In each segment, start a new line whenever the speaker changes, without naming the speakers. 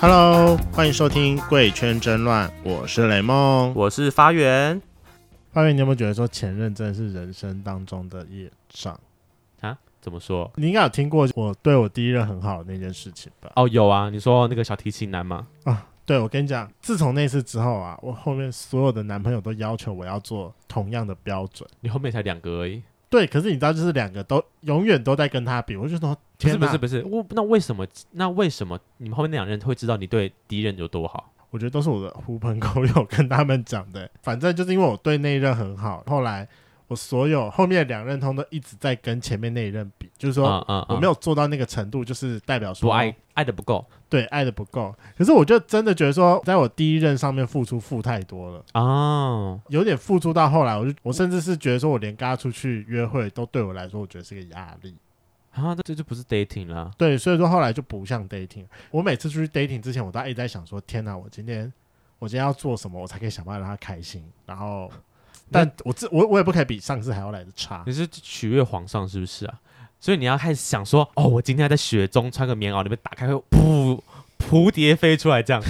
Hello，欢迎收听《贵圈争乱》，我是雷梦。
我是发源
发源，你有没有觉得说前任真的是人生当中的业障？
啊，怎么说？
你应该有听过我对我第一任很好的那件事情吧？
哦，有啊，你说那个小提琴男嘛，
啊，对，我跟你讲，自从那次之后啊，我后面所有的男朋友都要求我要做同样的标准。
你后面才两个而已，
对，可是你知道，就是两个都永远都在跟他比，我就说
不
天
是
哪，
不是不是，我那为什么那为什么你们后面那两任会知道你对敌人有多好？
我觉得都是我的狐朋狗友跟他们讲的。 反正就是因为我对那一任很好，后来我所有后面两任通都一直在跟前面那一任比，就是说
嗯嗯，
啊我没有做到那个程度，就是代表
不
说
爱爱的不够
对爱的不够。可是我就真的觉得说，在我第一任上面付出付太多了，
哦，
有点付出到后来，我就我甚至是觉得说我连跟他出去约会都对我来说，我觉得是个压力。
啊，这这就不是 dating 啦，
对，所以说后来就不像 dating。我每次出去 dating 之前，我都一直在想说，天哪，我今天我今天要做什么，我才可以想办法让他开心。然后，但我自我我也不可以比上次还要来的差。
你是取悦皇上是不是啊？所以你要开始想说，哦，我今天要在雪中穿个棉袄，里面打开会噗 蝴蝶飞出来 这样，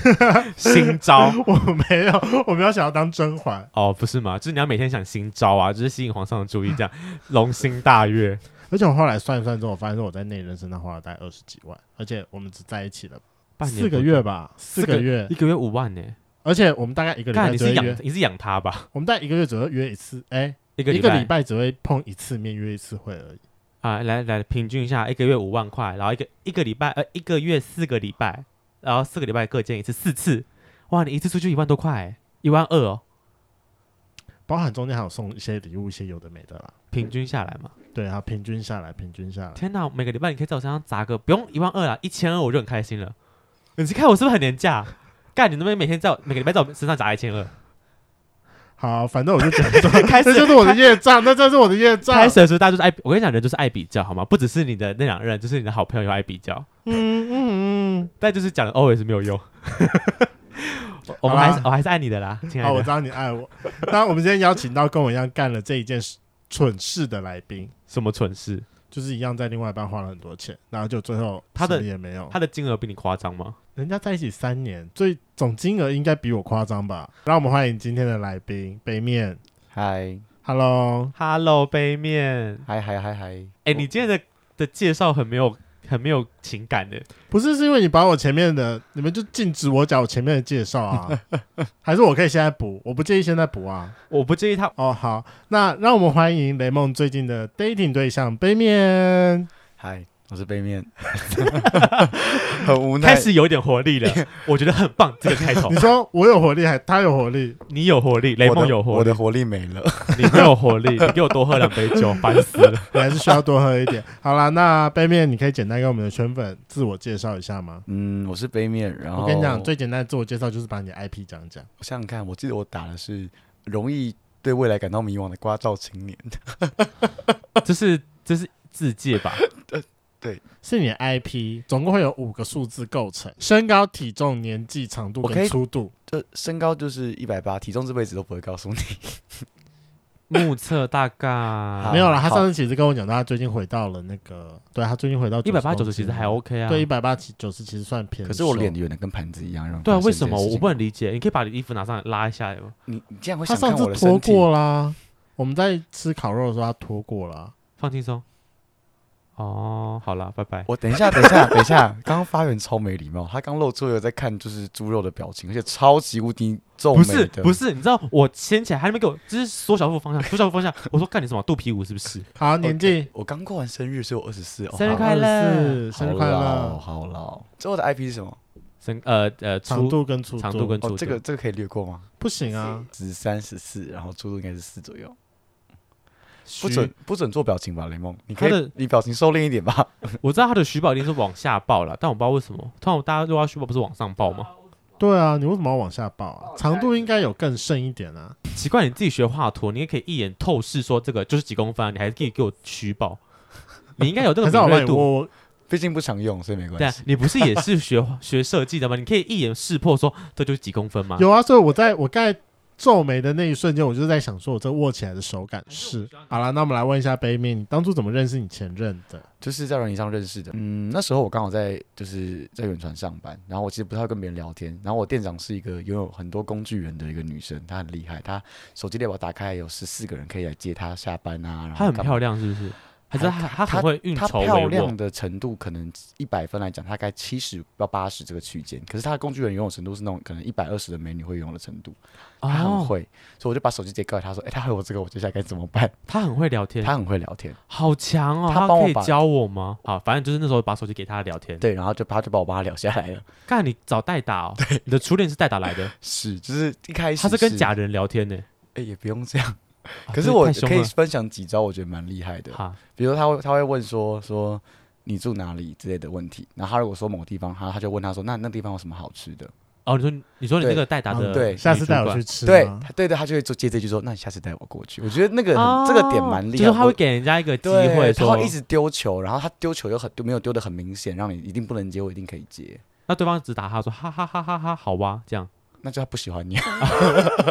新招
我没有，我没有想要当甄嬛。
哦，不是嘛？就是你要每天想新招啊，就是吸引皇上的注意， 这样龙心大悦。
而且我后来算一算之后，我发现说我在那人生上花了大概二十几万，而且我们只在一起了
半年
四个
不
月
到，
吧，四
四
个
个
月
一，个月五万呢、
而且我们大概一个礼
看
拜
你
只会
是
约
养，你是养 他吧？
我们大概一个月左右约一次，哎，
一个
一
礼
个礼
拜
拜只会碰一次面，约一次会而已。
啊，来来平均一下，一个月五万块，然后一个一个礼拜呃一个月四个礼拜，然后四个礼拜各见一次四次，哇，你一次出去一万多块、一万二哦，
包含中间还有送一些礼物，一些有的没的啦。
平均下来嘛。
对啊，平均下来，平均下来，
天哪，每个礼拜你可以在我身上砸个不用一万二啦，一千二我就很开心了。你是看我是不是很廉价？干你那边每天在我每个礼拜在我身上砸一千二，
好，反正我就觉 得说，
开
这
始
就是我的业障，那这是我的业障。
开始的时候大家就是爱，我跟你讲，人就是爱比较，好吗？不只是你的那两任，就是你的好朋友也爱比较。
嗯，嗯
但就是讲 always 没有用。 我我们
好啦
还是我还是爱你的啦，
嗯，
亲爱
好，我
的
知。道你爱我。当然，我们今天邀请到跟我一样干了这一件事蠢事的来宾，
什么蠢事？
就是一样在另外一半花了很多钱，然后就最后
他的
什么也没有。
他的金额比你夸张吗？
人家在一起三年，最总金额应该比我夸张吧？让我们欢迎今天的来宾，北面
嗨
，Hello，
Hello，杯面。
嗨嗨嗨嗨！
哎、
我
你今天的的介绍很没有很没有情感的。
不是是因为你把我前面的，你们就禁止我讲我前面的介绍 啊？还是我可以现在补？我不介意现在补啊。
我不介意他。
哦，好，那让我们欢迎雷梦最近的 dating 对象杯面。
嗨，我是 背面，很无奈。
开始有点活力了， 我觉得很棒。这个开头
你，说我有活力，还他有活力？
你有活力，雷
我的
梦有活
我
力，
的活力没了。
你没有 活力，你给我多喝两杯酒，烦死了。
你还是需要多喝一点。好啦，那杯面，你可以简单跟我们的圈粉自我介绍一下吗？
嗯，我是背面，然后
我跟你
哦
讲，最简单的自我介绍就是把你的 IP 讲一讲。
我想想看，我记得我打的是容易对未来感到迷惘的瓜照青年。
这是这是自介 吧？
是你的 IP，总共会有五个数字构成：身高、体重、年纪、长度
我可
跟
以
粗度。
就身高就是一百八，体重这辈子都不会告诉你。
目测大
好
概
没有啦，他
好
上次其实跟我讲到，他最近回到了那个，对他最近回到
一百八九十，
90
其实还 OK 啊。
对一百八九十其实算偏瘦。
可是我脸圆的跟盘子一样，让人
对啊，
发现
为什么
这件事
我
情
不能理解？你可以把你衣服拿上来拉一下哟。
你你竟然会
他上
想看
次
我的
脱
身体？
过啦，我们在吃烤肉的时候他脱过啦。
放轻松。哦，好了，拜拜。
我等一下，等一下，等一下，刚刚发言超没礼貌，他刚露出有在看就是猪肉的表情，而且超级无敌皱
不
眉
是
的。
不是，你知道我先前还没给我，就是缩小腹方向，缩小腹方向。我说干你什么肚皮舞是不是？
好，年纪
我刚过完生日，所以我二十四。哦
生日
好
快乐
24生日快
好老
乐！
好老。最后的 IP 是什么？
身呃呃
长
粗
度跟粗
长度跟粗
哦，
度
这个这个可以略过吗？
不行啊，
十三十四，然后粗度应该是四左右。
徐
不准不准做表情吧，雷梦，你可
他的
以你表情收敛一点吧。
我知道他的徐宝一定是往下爆了，但我不知道为什么。通常大家都要徐宝不是往上爆吗？
对啊，你为什么要往下报
哦
啊？长度应该有更深一点啊。
奇怪，你自己学画图，你也可以一眼透视说这个就是几公分啊，你还可以给我虚报。你应该有这
可
个
是我
敏
帮你
锐度。
握，
毕竟不常用，所以没
对
关
啊
系。，
你不是也是学学设计的吗？你可以一眼识破说这就是几公分吗？
啊有啊，所以我在我刚才皱眉的那一瞬间，我就在想，说我这握起来的手感是好了。那我们来问一下杯面，你当初怎么认识你前任的？
就是在软体上认识的。嗯，那时候我刚好在就是在远传上班，然后我其实不太会跟别人聊天。然后我店长是一个拥有很多工具人的一个女生，她很厉害，她手机列表打开有十四个人可以来接她下班啊。然后
她很
干嘛
漂亮，是不是？还是她她
她
很会运
她
筹
漂
帷
亮
幄？
的程度，可能一百分来讲，大概七十到八十这个区间。可是她的工具人拥有程度是那种可能一百二十的美女会拥有的程度，她很
哦，
会。所以我就把手机直接告诉她说：“哎、她会我这个，我接下来该怎么办
她很会聊？”天，
她很会聊天，
好强哦！
她
她
帮我
可以
把
教我吗？好，反正就是那时候把手机给她聊天。
对，然后就她就把我帮她聊下来了。
干，你找代打哦？你的初恋是代打 来的，
是，就是一开始
她是跟
是
假人聊天呢。
哎、也不用这样。
啊
可
这
是我
太凶
可以
了
分享几招，我觉得蛮厉害的。
哈，
比如他会他会问说说你住哪里之类的问题，然后他如果说某个地方，他他就问他说那那地方有什么好吃的？
哦，你说你说你那
对
个代打的
嗯对
女
下次
主
带我
管
去吃啊
对
吗，
他对对，他就会就接这句说那你下次带我过去。我觉得那个很、
哦
这个点蛮厉害，
就是他
我
会给人家一个机
对
会
他
说
会一直丢球，然后他丢球又很没有丢的很明显，让你一定不能接，我一定可以接。
那对方只打他说哈哈哈哈哈，好哇，这样
那就他不喜欢你，啊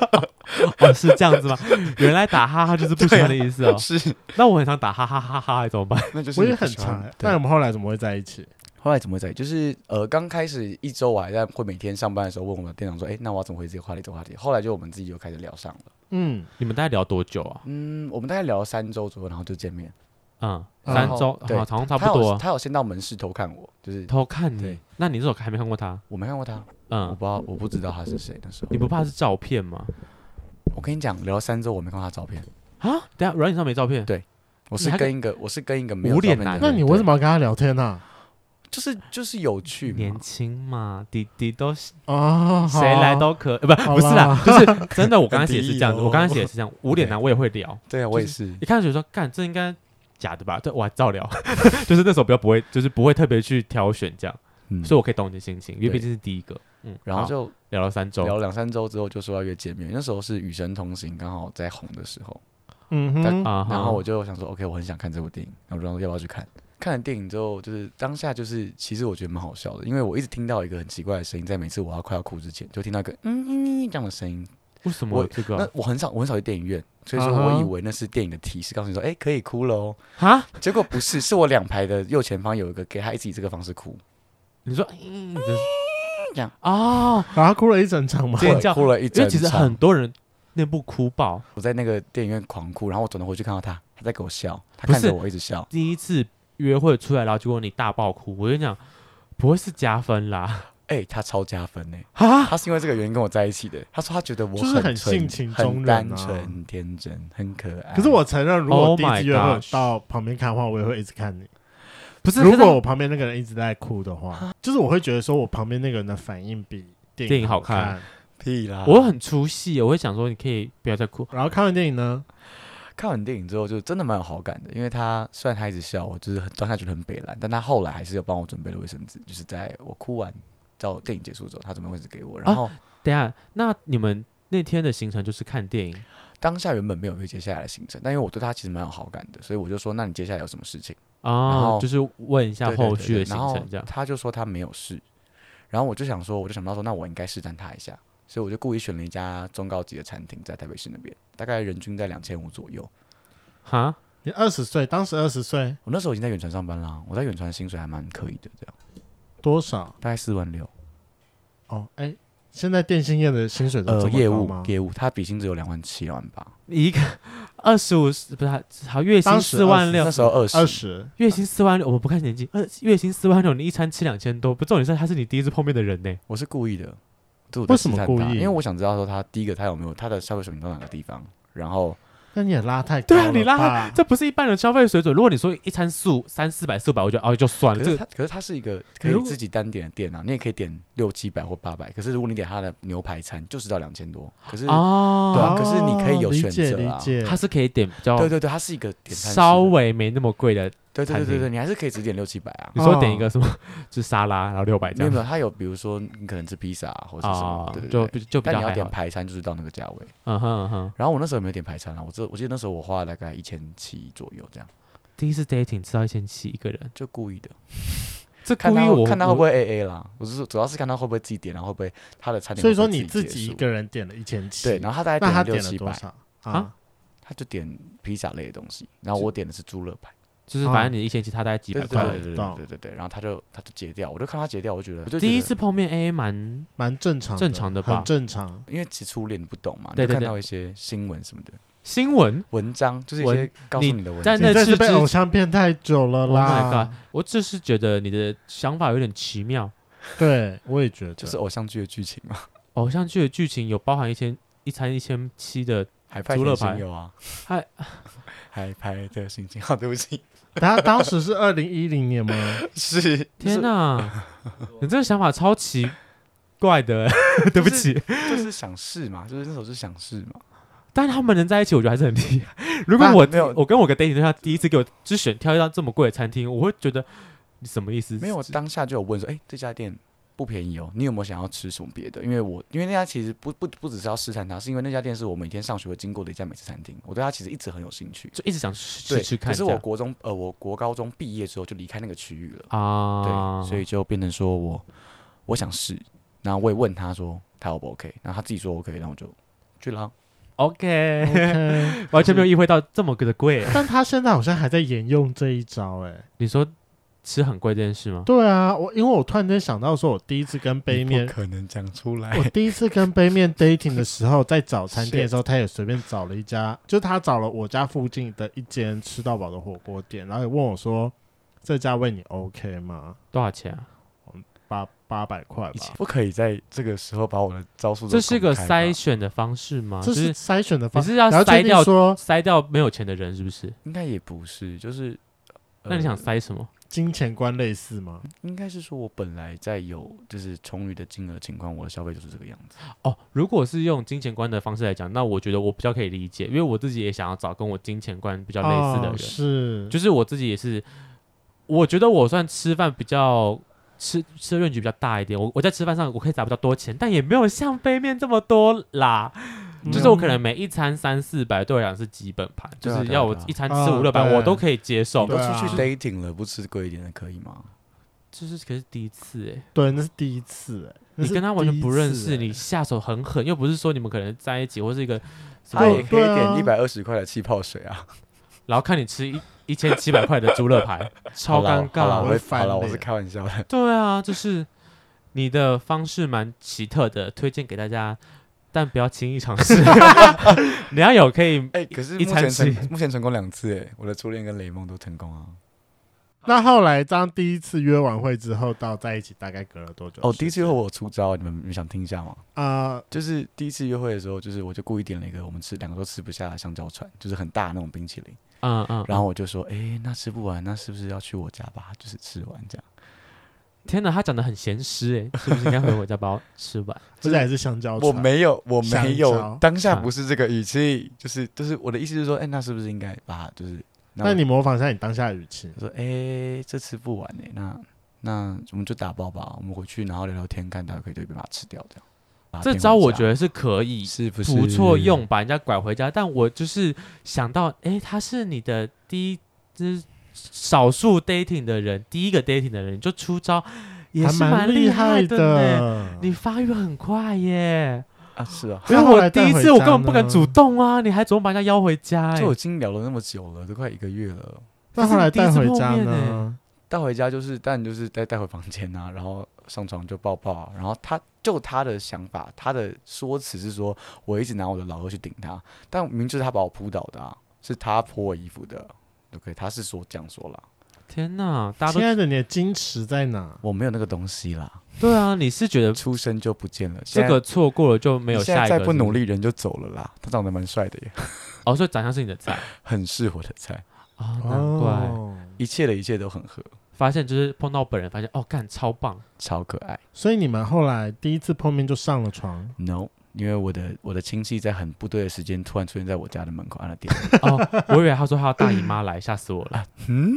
哦是这样子吗？原来打哈哈就是不喜欢的意思哦。
是，
那我很常打哈哈哈哈，怎么办？
那就是
我也
你不
很
喜欢
长欸。
对
那我们后来怎么会在一起？
后来怎么会在？就是呃，刚开始一周我还在会每天上班的时候问我们店长说，哎、那我要怎么回这个话题？这个话题。后来就我们自己就开始聊上了。
嗯，
你们大概聊多久啊？
嗯，我们大概聊了三周左右，然后就见面。
嗯，
嗯
三
然后
周，
对
好，好像差
他
不
有
多。啊
他有先到门市偷看我，就是
偷看你
对，
那你那时候还没看过他？
我没看过他，我
嗯，
不知道我不知道他是谁。那时候
你不怕是照片吗？
我跟你讲，聊了三周我没看过他照片，
啊，等一下软件上没照片
对我是
你还
跟一个我是跟一个没有
无脸
照片的
男
人
那你为什
对
么要跟他聊天啊呢？
就是就是有趣嘛
年？轻嘛，弟弟都是
啊，好
谁来都可，呃不
好
不是啦，就是真的。我刚开始也
很
是
敌意
这样子，
哦
我刚开始也是这样，无脸男我也会聊，
对啊，我也是。
一开始就说干这应该假的吧，对，我还照聊， 就是那时候比较不会，就是不会特别去挑选这样，
嗯，
所以我可以懂你的心情，因为
对
毕竟是第一个，嗯，
然后
好
就
聊了三周，
聊了两三周之后就说要约见面，那时候是《与神同行》刚好在红的时候。
嗯
但
哼，
啊哈，
然后我就想说，OK，我很想看这部电影，然后我就说要不要去看？看了电影之后，就是当下就是，其实我觉得蛮好笑的，因为我一直听到一个很奇怪的声音，在每次我要快要哭之前，就听到一个嗯嗯嗯这样的声音。
为什么
我
这个
那
啊
我很少，我很少去电影院，所以说
啊哈
我以为那是电影的提示，告诉你说，哎、可以哭喽。
哈？
结果不是，是我两排的右前方有一个给他一直以这个方式哭，
你说嗯你的
这样
哦，
然后他哭了一整场 嘛。
尖叫
哭了一
因
整
为其实
场
很多人内部哭爆，
我在那个电影院狂哭，然后我转头回去看到他，他在给我笑，他
不
看着
是
我一直笑。
第一次约会出来，然后结果你大爆哭，我就讲不会是加分啦
哎、他超加分呢、
啊！
他是因为这个原因跟我在一起的。他说他觉得我
就是很
很纯
性情中
很
人啊
单纯、很天真、很可爱。
可是我承认，如果
Oh
第一
my
次约会
gosh
到旁边看的话，我也会一直看你。
不是，
如
可是
果我旁边那个人一直在哭的话，就是我会觉得说我旁边那个人的反应比电
电影
影
好看
看。
屁啦！
我很出戏，我会想说你可以不要再哭，
然后看完电影呢，
看完电影之后就真的蛮有好感的，因为他虽然他一直笑我，就是很当下觉得很北蓝，但他后来还是有帮我准备了卫生纸，就是在我哭完到电影结束之后，他准备卫生纸给我。然后
等一下，那你们那天的行程就是看电影，
当下原本没有约接下来的行程，但因为我对他其实蛮有好感的，所以我就说那你接下来有什么事情？
哦，
后
就是问一下
对对
后
对
续
对
的行
然后
程这样。
他就说他没有事，然后我就想说，我就想到说，那我应该试探他一下，所以我就故意选了一家中高级的餐厅，在台北市那边，大概人均在两千五左右。
哈，
你二十岁，当时二十岁
我那时候已经在远传上班啦，我在远传薪水还蛮可以的，这样
多少？
大概四万六。
哦，哎，现在电信业的薪水都这
呃，
么
业
高
务
吗？
业务，他底薪只有两万七、两万八，
你一个二十五不是好月薪
当时
四万六
那，时候二十
呃二。十，
月薪四万六，我们不看年纪，呃，月薪四万六，你一餐吃两千多，不重点是他是你第一次碰面的人呢、
我是故意的，这我在
为什么
试探
故
他
意
因为我想知道说他第一个他有没有他的消费水平到哪个地方，然后
那你也拉太高
对
了
啊，
吧
你拉他，这不是一般人消费水准。如果你说一餐四五三四百四百，我觉得哦就算
可
了，
是
这个
它，可是它是一个
如
可以
果
自己单点的店啊，你也可以点六七百或八百。可是如果你点它的牛排餐，就是到两千多。可是、
哦，
对啊可是你可以有
哦理
选
解
择
理
啊
解。
他是可以点比较
对对对，它是一个点餐式的
稍微没那么贵的，
对对对
餐
对
厅
对，你还是可以只点六七百啊。
你说点一个什么，就沙拉，然后六百这
没有
样
没有，它有比如说你可能吃披萨、啊、或者是什么，
啊
对，对
就
对。
比就比
但
较
你要
还
点
好。
排餐就是到那个价位。
嗯哼嗯哼，
然后我那时候也没有点排餐啊，我这我记得那时候我花了大概一千七左右这样，
第一次 dating 吃到一千七一个人，
就故意的。
这
看
故意
他
我
看他会不
会
会 A A 啦，我是说主要是看他会不会自己点，然后会不会他的餐点
所
会
以
不会
说你自
自
己
结
一
束
个人点了一千七，
对，然后他大概
那
点
他
六
点了
七
多
百，
少
啊？
他就点披萨类的东西，然后我点的是猪肋排，
就是反正你一千七，他大概几
对
百
对
块
对
块
而已。
对对
懂
对对对，然后他就他就结掉，我就看他结掉，我就觉得我就觉
第一
得
次碰面 AA 蛮
蛮正常，
正常的吧
很正常。
因为其实初恋你不懂嘛，
对对
你就看
对
到一些新闻什么的
新闻。
文章，就是一
文
些告诉
你
你的文
在
章。
你
那
这
次
是被
之
偶像骗太久了
Oh my
啦
god！！我只是觉得你的想法有点奇妙。
对，我也觉得，
就是偶像剧的剧情嘛，
偶像剧的剧情有包含一千一餐一千七的，
海派
猪肋
甜
排
心有啊，
嗨
海派的心情，好，对不起，
他当时是二零一零年吗？
是
天 哪！你这个想法超奇怪的， 对不起。
就是想试嘛，就是那时候就想试嘛，
但他们能在一起，我觉得还是很厉害。如果
啊
我、
没有
我跟我个 dating 对象第一次给我只选挑一家这么贵的餐厅，我会觉得你什么意思？
没有，我当下就有问说，哎、这家店不便宜哦，你有没有想要吃什么别的？因为我因为那家其实不不不只是要试探它，是因为那家店是我每天上学会经过的一家美食餐厅，我对它其实一直很有兴趣。
就一直想试
对，
吃吃看
可是
这
我
样。
国中呃，我国高中毕业之后就离开那个区域了，
啊，
对，所以就变成说我我想试，然后我也问他说他 O 不 OK，然后他自己说 OK，然后我就去了啊。
OK，
OK
完全没有意会到这么贵的贵。
嗯但他现在好像还在沿用这一招、欸，哎，
你说吃很贵这件事吗？
对啊，我因为我突然间想到，说我第一次跟杯
你
面
不，可能讲出来
我第一次跟杯面 dating 的时候，在早餐店的 时候，他也随便找了一家，就他找了我家附近的一间吃到饱的火锅店，然后也问我说这家为你 OK 吗？
多少钱啊？
八八百块
一起
吧，
不可以在这个时候把我的招数都
这是个
公开吧
筛，选的方式吗？
这
啊就是
是筛选的
你
方式。
是要
然后确
筛
定
掉
说
筛掉没有钱的人是不是？
应该也不是，就是
那你想
呃
筛什么？
金钱观类似吗？
应该是说，我本来在有就是充裕的金额情况，我的消费就是这个样子。
哦，如果是用金钱观的方式来讲，那我觉得我比较可以理解，因为我自己也想要找跟我金钱观比较类似
哦
的人，
是
就是我自己也是，我觉得我算吃饭比较。吃吃的 range 比较大一点，我我在吃饭上我可以砸比较多钱，但也没有像杯面这么多啦。就是我可
嗯
能每一餐三四百对我来讲是基本盘，就
对啊
是
对啊
要我
对啊
一餐吃五
啊
六百
对
我都可以接
我
受
对。
都出
啊
去 dating 了，不吃贵一点的可以吗？
就是可是第一次哎、
对，那是第一次、欸，那
你
是
跟他完
第
全
一
不认
次
识，
欸
你下手很狠，又不是说你们可能在一起或是一个什
他
对
也
么，
哎可以
对啊
点一百二十块的气泡水啊！
然后看你吃一一千七百块的猪肋排，超
好啦
尴
好啦我
尬。
会
会
翻
好了，我是
脸
开玩笑的。
对啊，就是你的方式蛮奇特的，推荐给大家，但不要轻易尝 试。 你要有可以，
哎，可是
一
目
餐
前成
吃
目前成功两次，哎，我的初恋跟雷梦都成功啊。
那后来，当第一次约完会之后，到在一起大概隔了多久？
哦，第一次约会我有出招，你们你们想听一下吗？
啊，
就是第一次约会的时候，就是我就故意点了一个我们吃两个都吃不下的香蕉船，就是很大的那种冰淇淋。
嗯嗯，
然后我就说，哎，那吃不完，那是不是要去我家把它就是吃完这样？
天哪，他讲的很咸湿哎，是不是应该回我家把我吃完？
这家也是香蕉
我
船，
没有，我
香
没
蕉
有，当
啊
下不是这个语气，就是就是我的意思是说，哎、那是不是应该把它就是？
那你模仿一下你当下的语气
我，说，哎、这吃不完呢、那那我们就打包吧，我们回去然后聊聊天，看大家可以随便把它吃掉这样。把它
这
骗
招
回
我
家
觉得是可以，
是不是
不错用，？把人家拐回家。但我就是想到，诶，他是你的第一，就是少数 dating 的人，第一个 dating 的人，你就出招也
还
是蛮
厉
害的呢。
的。
你发育很快耶！
啊，是啊，
那
因
后
为
来
我第
带
一
回
次我
家
根本不敢
呢
主动啊，你还主动把人家邀回家、欸，
就已经聊了那么久了，都快一个月了。
那后来带回家
这是你第一次碰面
呢？
带回家就是，但就是带带回房间啊，然后上床就抱抱、啊，然后他就他的想法，他的说辞是说，我一直拿我的老二去顶他，但明明就是他把我扑倒的、啊，是他泼我衣服的，OK，他是说这样说啦，
天哪，大家
亲
都
爱的，你的矜持在哪？
我没有那个东西啦，
对啊，你是觉得
出生就不见了，
这
现在
个错过了就没有
现
下
在
一个？
再不努
力，
力人就走了啦，他长得蛮帅的耶，
哦，所以长相是你的 菜
很是我的菜，
啊、难怪、
哦
一切的一切都很合，
发现就是碰到本人，发现哦，干超棒，
超可爱
所以你们后来第一次碰面就上了
啊
床，
，no。因为我的我的亲戚在很不对的时间突然出现在我家的门口，按了电铃。
哦，我以为他说他要大姨妈来，吓死我了。
嗯，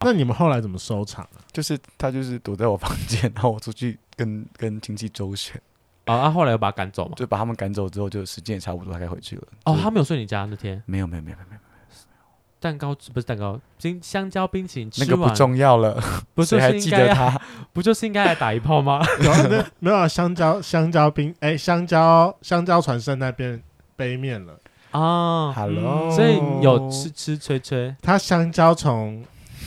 那你们后来怎么收场？
就是他就是躲在我房间，然后我出去跟 跟亲戚周旋，
哦，啊，后来有把他赶走嘛？
就把他们赶走之后，就时间也差不多，他该回去了。
哦
就，是
他没有睡你家那天，
没有没有没有没有没有，
蛋糕不是蛋糕，冰香蕉冰淇淋吃
那
完，
个不重要了，
不
谁
就
还
是应
记
该
得
要
他？
不就是应该来打一炮 吗？
有啊没有没有啊香蕉香蕉冰哎、香蕉香蕉船胜那边杯面了，
哦
啊，
Hello，
所以有吃吃吹吹，
它香蕉从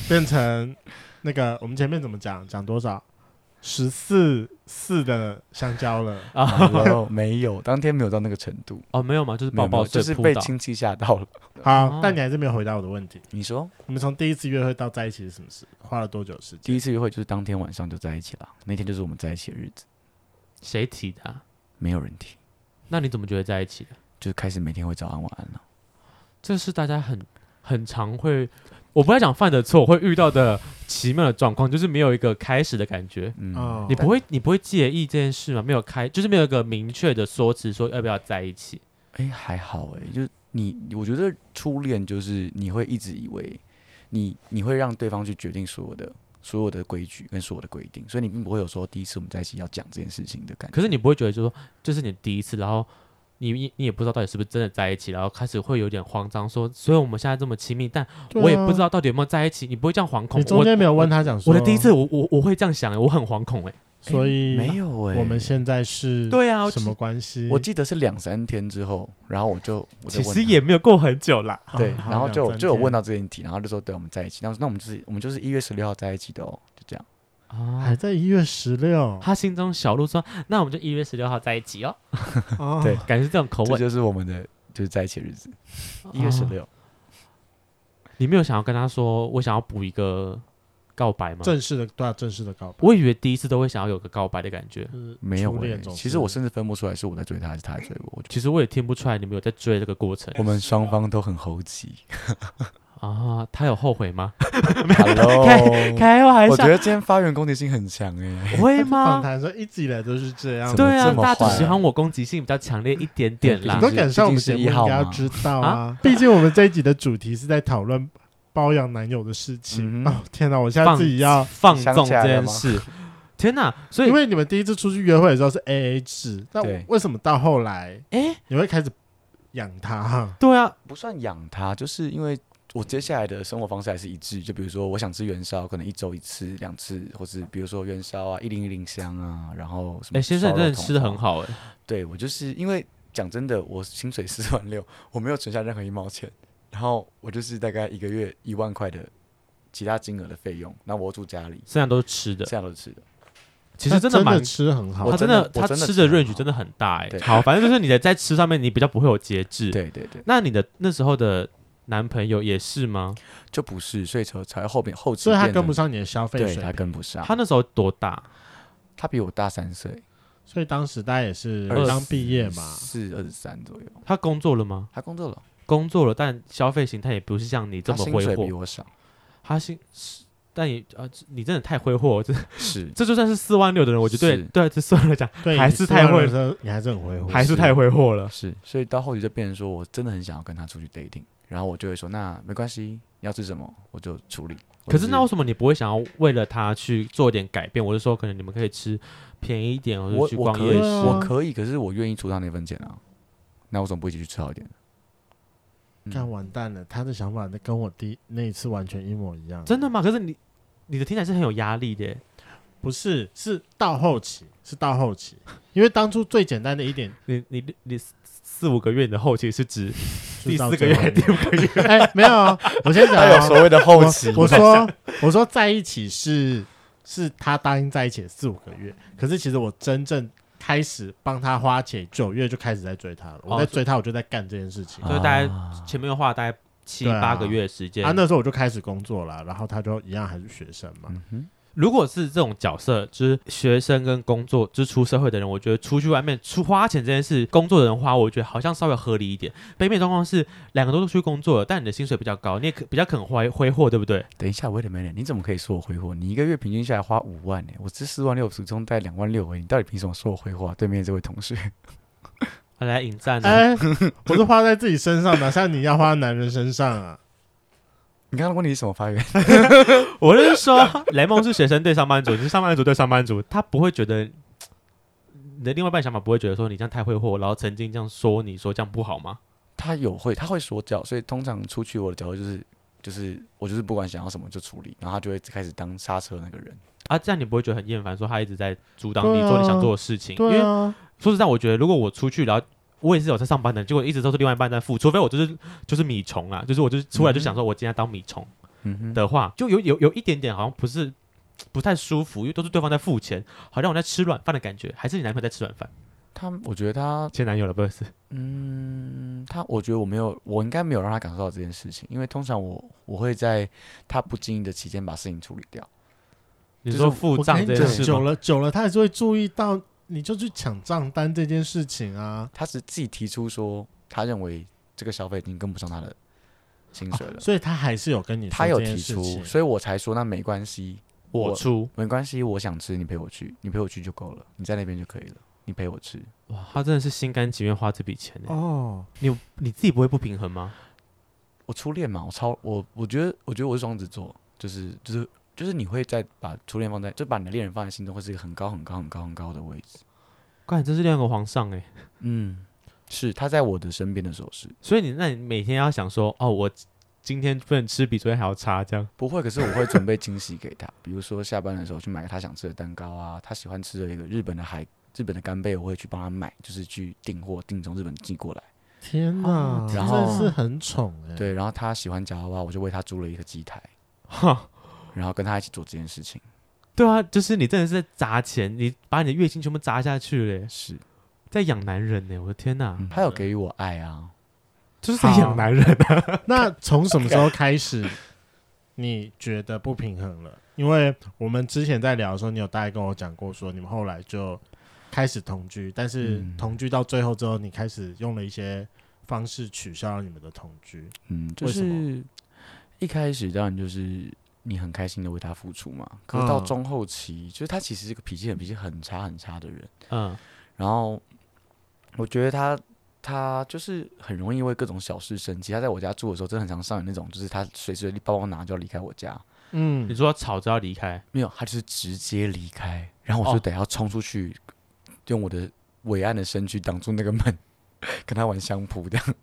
变成那个我们前面怎么讲讲多少十四四的香蕉了，
Hello，没 有，当天没有到那个程度，
哦，没有嘛，就是
没有
抱
没有
抱
就
就是扑
被
倒。
亲戚吓到了。
好，但你还是没有回答我的问题。
你说
你们从第一次约会到在一起是什么时？花了多久时
第
间？
一次约会就是当天晚上就在一起了，那天就是我们在一起的日子，
谁提的啊？
没有人提，
那你怎么觉得在一起的？
就是开始每天会早安晚安了。
这是大家很很常会，我不太讲犯的错，会遇到的奇妙的状况，就是没有一个开始的感觉。
嗯，
哦
你不会，你不会介意这件事吗？没有开，就是没有一个明确的说辞，说要不要在一起。
哎、还好哎、就是你，我觉得初恋就是你会一直以为你你会让对方去决定所有的所有的规矩跟所有的规定，所以你并不会有说第一次我们在一起要讲这件事情的感觉。
可是你不会觉得，就是说，这是你第一次，然后你你你也不知道到底是不是真的在一起，然后开始会有点慌张，说，所以我们现在这么亲密，但
对啊
我也不知。道到底有没有在一起。你不会这样惶恐
你。中间没有问他讲说
我的第一次，，我我我会这样想、欸，我很惶恐哎、
诶
所以
没有哎、
我们现在是
对啊，我
什么关系？
我记得是两三天之后，然后我就我就
其
问
实
他
也没有过很久啦。
哦
对，
好
然后
两
就
三
就有
天
问到这个问题，然后就说对，我们在一起。那我说那我们就是我们就是一月十六号在一起的哦，就这样。
还
啊，
在一月十六，
他心中小鹿说：“那我们就一月十六号在一起哦。
哦
对”
感觉是这种口
这
吻。
就是我们的就是在一起的日子，一月十
哦
六。
你没有想要跟他说我想要补一个告白吗？
正式的对啊，正式的告白。
我以为第一次都会想要有个告白的感觉，
就是
没有
初
欸、
恋总
其
是
实我甚至分不出来是我在追他还是他在追我。我就
其实我也听不出来你们有在追这个过程
我们双方都很猴急。
啊。他有后悔吗？
Hello，
开玩
我觉
笑，
得今天发源攻击性很强哎、
会
访
吗？
谈说一直以来都是这样，
怎么
对啊
这，么
大家
坏啊
只喜欢我攻击性比较强烈一点点啦
你。都敢上我们节目，
毕竟是
应
一号
该要
嘛
知道啊。毕竟我们这一集的主题是在讨论包养男友的事情。
嗯
哦，天哪，我现在
放
自己要，
放
想
纵
起来
这
了
件
吗
事，天哪！所以
因为你们第一次出去约会的时候是 A A 制，那
对
为什么到后来
哎，
你会开始养他？
对啊，
不算养他，就是因为我接下来的生活方式还是一致。就比如说，我想吃元烧，可能一周一次、两次，或是比如说元烧啊、一零一零香啊，然后什
欸
么。
哎，先生你真的吃的很。好哎。
对我就是因为讲真的，我薪水四万六，我没有存下任何一毛钱，然后我就是大概一个月一万块的其他金额的费用，那我住家里，
虽然都是吃的，
这样都吃的。
其实
那
真
的
的蛮，
吃很好
我
他，
真
的
的
他
我真的
吃
吃
的
得很
range 真的很大哎、
对
好，反正就是你的在吃上面你比较不会有节制。，
对对对，
那你的那时候的男朋友也是吗？
就不是，所以才才后面后期，
所以他跟不，上你的消费
对
水
他
平。
跟不上，
他那时候多大？
他比我大三岁，
所以当时大家也是
二十
刚毕业嘛，
是二十三左右，
他工作了吗？
他工作了，
工作了，但消费形态也不是像你这
他
么
薪
挥
水比
霍。
我 少，
他薪，但也啊，你真的太挥霍了，这
是
这就算是四万六的人，我觉得
是哦
对对，这算了讲，
对，
还是太会
你说你还是很会
还是太挥霍了。
是，所以到后期就变成说我真的很想要跟他出去 dating，然后我就会说那没关系，你要吃什么我就处理。
可是
或者
那为什么你不会想要为了他去做点改变？我是说，可能你们可以吃便宜一点，或
我
者去
我
逛
可
夜
以，
市
市。
我可以，可是我愿意出他那份钱啊，那我怎么不一起去吃好一点的？嗯
看完蛋了，他的想法跟我第那一次完全一模一样。
真的吗？可是你你的听起来是很有压力的耶。
不是，是到后期，是到后期，因为当初最简单的一点，
你你你四四五个月你的后期是指
就
第
是到
四个
最后
月、第
面
五个月？
哎、没有哦，我先讲
还有
哦、
所谓的后期，
我我 说我说在一起是是他答应在一起的四五个月，可是其实我真正开始帮他花钱，九月就开始在追他了。我在追他，我就在干这件事情。
所以哦大概
啊
前面又花了大概七
对啊
八个月的时间
啊，。那时候我就开始工作了，然后他就一样还是学生嘛。
嗯哼，
如果是这种角色，就是学生跟工作，就是出社会的人，我觉得出去外面出花钱这件事，工作的人花，我觉得好像稍微合理一点。北美状况是两个都去工作了，但你的薪水比较高，你也可比较肯挥挥霍，对不对？
等一下，wait a minute，你怎么可以说我挥霍？你一个月平均下来花五万呢、欸我这四万六始终带两万六而已，你到底凭什么说我挥霍啊、对面这位同学，
啊来引战啊！
哎、我是花在自己身上，哪 像你要花在男人身上啊？
你刚刚问题是什么发源？
我就是说，雷蒙是学生对上班族，你是上班族对上班族，他不会觉得你的另外一半想法不会觉得说你这样太挥霍，然后曾经这样说你说这样不好吗？
他有会，他会说教，所以通常出去我的角度就是就是我就是不管想要什么就处理，然后他就会开始当刹车那个人。
啊，这样你不会觉得很厌烦？说他一直在阻挡你
对啊
做你想做的事情，因
对
为
啊，
说实在，我觉得如果我出去，然后我也是有在上班的，结果一直都是另外一半在付，除非我就是就是米虫啊，就是我就是出来就想说我今天要当米虫
嗯哼，
的话，就有有有一点点好像不是不太舒服，因为都是对方在付钱，好像我在吃软饭的感觉，还是你男朋友在吃软饭？
他我觉得他
前男友了，不是？
嗯，他我觉得我没有，我应该没有让他感受到这件事情，因为通常我我会在他不经意的期间把事情处理掉。
你
就是
说付
我
账
跟
这
你
件
讲，
事
久
吗？
了久了，他还是会注意到，你就去抢账单这件事情啊。
他是自己提出说，他认为这个消费已经跟不上他的薪水了，
哦所以他还是有跟你
他
说
有
这
提
件事
出，
情
所以我才说那没关系，
我出
没关系，我想吃你陪我去，你陪我去就够了，你在那边就可以了，你陪我吃。
哇，他真的是心甘情愿花这笔钱欸
哦，
你你自己不会不平衡吗？
我初恋嘛，我超我我觉得我觉得我是双子座，就是就是就是你会在把初恋放在，就把你的恋人放在心中，会是一个很高很高很高很高的位置。
怪你真是恋爱个皇上哎、
嗯，是他在我的身边的时候是
所以你那你每天要想说哦，我今天不能吃比昨天还要差这样。
不会，可是我会准备惊喜给他，比如说下班的时候去买个他想吃的蛋糕啊，他喜欢吃的一个日本的海日本的干贝，我会去帮他买，就是去订货订从日本寄过来。
天哪，
哦
真
然
的
后
是很宠哎、
对，然后他喜欢夹娃娃，我就为他租了一个机台，
哈，
然后跟他一起做这件事情。
对啊，就是你真的是在砸钱，你把你的月薪全部砸下去嘞，
是，
在养男人呢，我的天哪，
嗯他有给予我爱啊。
就是在养男人啊，
那从什么时候开始你觉得不平衡了？因为我们之前在聊的时候，你有大概跟我讲过，说你们后来就开始同居，但是
嗯
同居到最后之后，你开始用了一些方式取消了你们的同居。
嗯，就
为什么
是一开始当然就是你很开心的为他付出嘛，可是到
嗯
中后期，就是他其实是个脾气很脾气很差很差的人，
嗯，
然后我觉得他他就是很容易为各种小事生气。他在我家住的时候，真的很常上演那种，就是他随时随地包包拿就要离开我家，
你
嗯，
说吵着要离开，
没有，他就是直接离开，然后我
哦
就得要冲出去，用我的伟岸的身躯挡住那个门， 跟他玩相扑这样，